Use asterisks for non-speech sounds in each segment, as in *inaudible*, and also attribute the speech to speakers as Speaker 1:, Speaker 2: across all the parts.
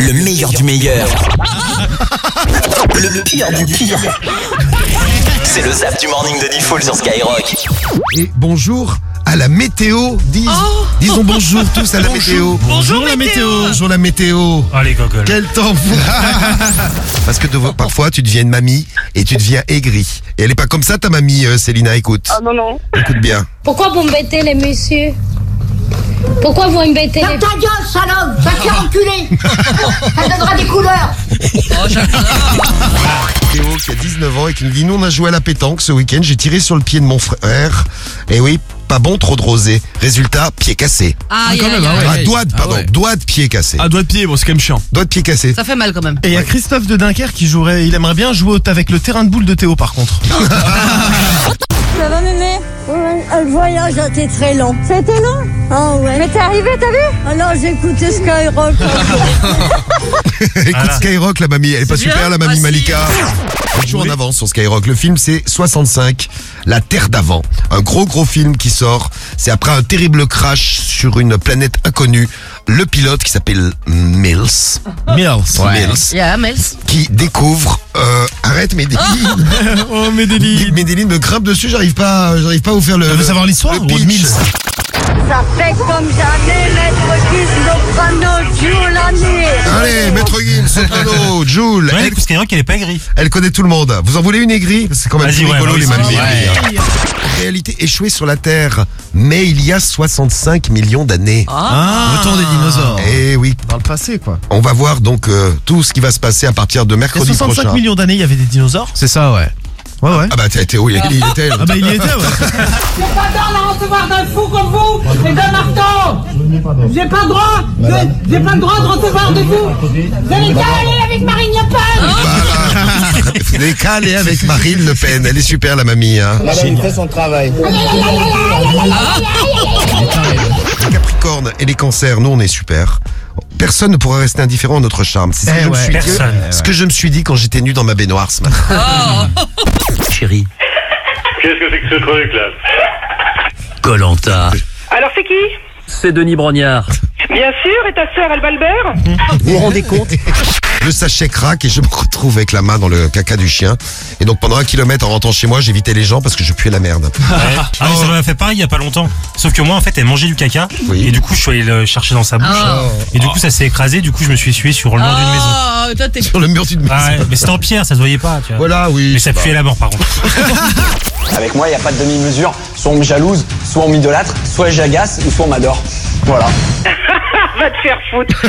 Speaker 1: Le meilleur du meilleur. Le pire du pire. C'est le zap du morning de Default sur Skyrock.
Speaker 2: et bonjour à la météo. Dis- Disons
Speaker 3: *laughs*
Speaker 2: bonjour tous à la météo.
Speaker 3: Oh. Bonjour,
Speaker 2: la
Speaker 3: météo.
Speaker 2: Bonjour la météo.
Speaker 3: Allez, Google.
Speaker 2: Quel *laughs* temps vous Parce que devo- parfois tu deviens une mamie et tu deviens aigrie. Et elle est pas comme ça ta mamie, euh, Célina. Écoute,
Speaker 4: Ah non, non.
Speaker 2: écoute bien.
Speaker 5: Pourquoi vous me bêtez les messieurs Pourquoi vous me bêtez les...
Speaker 6: Ta gueule, salope Va te
Speaker 7: *laughs*
Speaker 6: faire enculer Ça donnera des couleurs
Speaker 2: Théo qui a 19 ans et qui nous dit nous on a joué à la pétanque ce week-end. J'ai tiré sur le pied de mon frère. Et oui, pas bon trop de rosé. Résultat, pied cassé.
Speaker 3: Ah, quand même,
Speaker 2: Ah, doigt, de- pardon, doigt de pied cassé.
Speaker 3: doigt de pied, bon, c'est quand même chiant.
Speaker 2: Doigt de pied cassé.
Speaker 7: Ça fait mal quand même.
Speaker 8: Et il y a Christophe de Dunkerque qui jouerait, il aimerait bien jouer au- avec le terrain de boule de Théo par contre.
Speaker 9: Ça va, mémé Le voyage a été très long. Ça a été long Ah ouais. Mais t'es arrivé, t'as vu Ah non, j'ai écouté Skyrock.
Speaker 2: Écoute Skyrock, la mamie. Elle est pas
Speaker 7: C'est
Speaker 2: super,
Speaker 7: bien
Speaker 2: la mamie
Speaker 7: Ah, si.
Speaker 2: Malika.
Speaker 8: *laughs*
Speaker 2: Un jour en avance sur Skyrock. Le film, c'est 65, La Terre d'avant. Un gros, gros film qui sort. C'est après un terrible crash sur une planète inconnue. Le pilote qui s'appelle Mills,
Speaker 8: Merde.
Speaker 2: Mills,
Speaker 7: Il y a Mels.
Speaker 2: qui découvre. euh, arrête,
Speaker 8: *laughs*
Speaker 2: Medellin.
Speaker 7: Ah.
Speaker 2: *laughs*
Speaker 8: oh mes délires.
Speaker 2: Medellin me grimpe dessus. J'arrive pas, j'arrive pas à vous faire le.
Speaker 8: Tu veux
Speaker 2: le-
Speaker 8: savoir l'histoire
Speaker 2: le
Speaker 8: ou de
Speaker 2: pitch.
Speaker 8: Mills
Speaker 9: Ça fait comme jamais, maître Guise Soprano, joue l'année.
Speaker 2: Allez,
Speaker 8: *laughs*
Speaker 2: Maître Gims, Soprano, Joule, elle,
Speaker 3: Skyrock, elle est pas aigrie.
Speaker 2: elle connaît tout le monde. Vous en voulez une aigrie C'est quand même
Speaker 3: Vas-y,
Speaker 2: plus
Speaker 3: ouais,
Speaker 2: rigolo,
Speaker 3: bah ouais,
Speaker 2: les
Speaker 3: ouais.
Speaker 2: mamies.
Speaker 1: Ouais.
Speaker 2: hein. réalité échouée sur la Terre, mais il y a 65 millions d'années.
Speaker 8: ah. Retour des dinosaures.
Speaker 2: Et oui,
Speaker 8: Dans le passé quoi.
Speaker 2: on va voir donc euh, tout ce qui va se passer à partir de
Speaker 8: Il y a
Speaker 2: mercredi
Speaker 8: 65
Speaker 2: prochain.
Speaker 8: millions d'années, il y avait des dinosaures.
Speaker 3: C'est ça, ouais.
Speaker 8: Ouais ouais.
Speaker 2: Ah bah t'as été où il,
Speaker 8: *laughs*
Speaker 2: il était là.
Speaker 8: Ah bah il y était ouais.
Speaker 10: J'ai pas droit de la recevoir d'un fou comme vous et d'un marteau J'ai pas le droit de- J'ai pas le droit de recevoir de vous Vous allez aller avec Marine Le Pen
Speaker 2: Voilà. Les calés avec Marine Le Pen, elle est super la mamie. Hein. Les Capricornes et les cancers, nous on est super. Personne ne pourra rester indifférent à notre charme. C'est ce, que
Speaker 8: Eh
Speaker 2: je me
Speaker 8: ouais.
Speaker 2: suis dit-
Speaker 3: Personne.
Speaker 2: ce que je me suis dit quand j'étais nu dans ma baignoire ce matin.
Speaker 1: Chérie,
Speaker 11: Qu'est-ce que c'est que ce truc là
Speaker 1: Colanta.
Speaker 10: Alors c'est qui
Speaker 1: C'est Denis Brognard.
Speaker 10: Bien sûr, et ta sœur Alba Albert
Speaker 2: Le sachet craque et je me retrouve avec la main dans le caca du chien. Et donc pendant un kilomètre en rentrant chez moi, j'évitais les gens parce que je puais la merde.
Speaker 3: Ah, mais ça m'a fait pareil il y a pas longtemps. Sauf que moi, en fait, elle mangeait du caca.
Speaker 2: Oui.
Speaker 3: Et du coup, je suis allé le chercher dans sa bouche. Et du coup, ça s'est écrasé. Du coup, je me suis essuyé sur le mur d'une maison.
Speaker 7: Ah, toi t'es.
Speaker 2: Sur le mur d'une maison.
Speaker 3: Ah ouais, mais c'était en pierre, ça se voyait pas, tu vois.
Speaker 2: Voilà, oui.
Speaker 3: Mais ça puait la *laughs* mort, par contre.
Speaker 1: Avec moi, il n'y a pas de demi-mesure. Soit on me jalouse, soit on m'idolâtre, soit j'agace ou soit on m'adore. Voilà.
Speaker 10: Va te faire foutre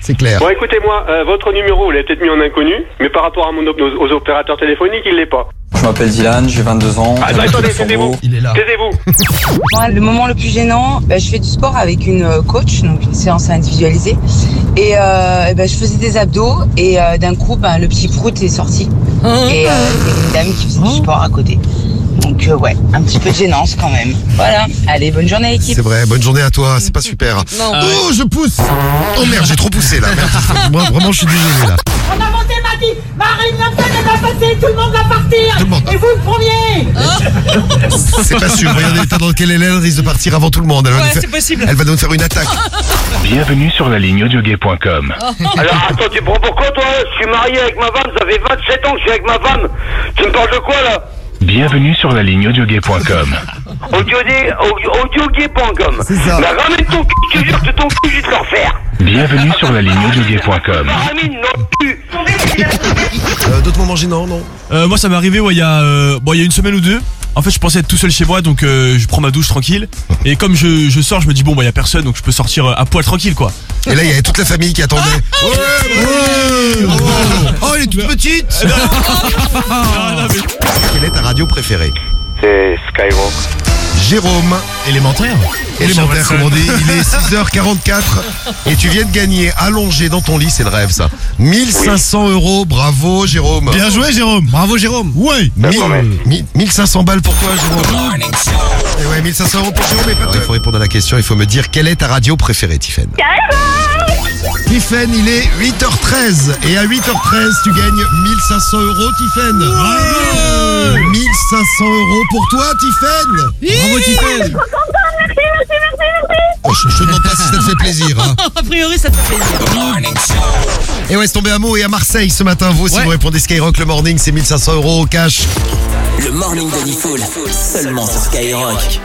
Speaker 2: C'est clair.
Speaker 11: Bon, écoutez-moi, euh, votre numéro, il est peut-être mis en inconnu, mais par rapport à mon op- aux, aux opérateurs téléphoniques, il l'est pas.
Speaker 1: Je m'appelle Dylan, j'ai 22 ans.
Speaker 11: Ah, bah, attendez, taisez-vous
Speaker 8: Il est là.
Speaker 11: Taisez-vous
Speaker 10: Moi, le moment le plus gênant, ben, je fais du sport avec une euh, coach, donc une séance individualisée. Et, euh, eh ben, je faisais des abdos et euh, d'un coup, ben, le petit prout est sorti. Et euh, il y avait une dame qui faisait du sport à côté. Donc, euh, ouais, un petit peu de gênance quand même. Voilà. Allez, bonne journée, équipe.
Speaker 2: C'est vrai, bonne journée à toi, c'est pas
Speaker 3: Ah
Speaker 2: super. Oh, je pousse Oh merde, j'ai trop poussé là. Merde. Moi, vraiment, je suis désolé là.
Speaker 10: On a monté, m'a dit Marine Le Pen, elle va passer, tout le monde va
Speaker 2: Tout
Speaker 10: partir.
Speaker 2: le monde.
Speaker 10: Et vous le premier.
Speaker 2: C'est pas sûr. Regardez l'état dans lequel elle est, elle risque de partir avant tout le monde. Elle va,
Speaker 7: Ouais,
Speaker 2: nous, faire,
Speaker 7: c'est possible.
Speaker 2: elle va nous faire une attaque.
Speaker 11: Bienvenue sur la ligne audioguet.com. Alors, attends, tu prends pourquoi toi Je suis marié avec ma femme, ça fait 27 ans que je suis avec ma femme. Tu me parles de quoi là Bienvenue sur la ligne audioguet.com. Audioguet.com.
Speaker 2: C'est ça.
Speaker 11: Bah, ramène ton cul, je te jure que ton cul, je vais te Bah, le refaire. Bienvenue sur la ligne audioguet.com. Ramène notre cul.
Speaker 2: Euh, D'autres moments gênants, non
Speaker 3: Euh, moi ça m'est arrivé ouais, il y a euh, bon il y a une semaine ou deux. En fait je pensais être tout seul chez moi donc euh, je prends ma douche tranquille et comme je, je sors je me dis bon bah il y a personne donc je peux sortir euh, à poil tranquille quoi.
Speaker 2: Et là, il y avait toute la famille qui attendait.
Speaker 3: Ah.
Speaker 2: Ouais,
Speaker 3: *laughs*
Speaker 2: ouais, ouais.
Speaker 3: Oh elle est toute petite. *laughs*
Speaker 2: Quelle est ta radio préférée
Speaker 11: C'est Skyrock.
Speaker 2: Jérôme,
Speaker 8: Élémentaire.
Speaker 2: élémentaire, comme on dit. Il est 6h44 et tu viens de gagner allongé dans ton lit, c'est le rêve ça. 1500 euros, bravo Jérôme.
Speaker 8: Bien joué Jérôme. Bravo Jérôme. Ouais.
Speaker 2: Mille- mille- 1500 balles pour toi, Jérôme. Eh ouais, 1500 euros pour Jérôme, mais pas Il faut répondre à la question, il faut me dire quelle est ta radio préférée, Tiffen. Tiffen, il est 8h13. Et à 8h13, tu gagnes 1500 euros, Tiffen. 1500 euros pour toi, Tiffen.
Speaker 8: Bravo Tiffen.
Speaker 2: *laughs* Oh, je, je te demande pas si ça te fait plaisir. hein.
Speaker 7: A priori, ça te fait plaisir.
Speaker 2: Et ouais, c'est tombé à Meaux et à Marseille ce matin. Vous aussi,
Speaker 3: Ouais.
Speaker 2: vous répondez Skyrock le morning, c'est 1500 euros au cash.
Speaker 1: Le morning de Nifoul, seulement sur Skyrock.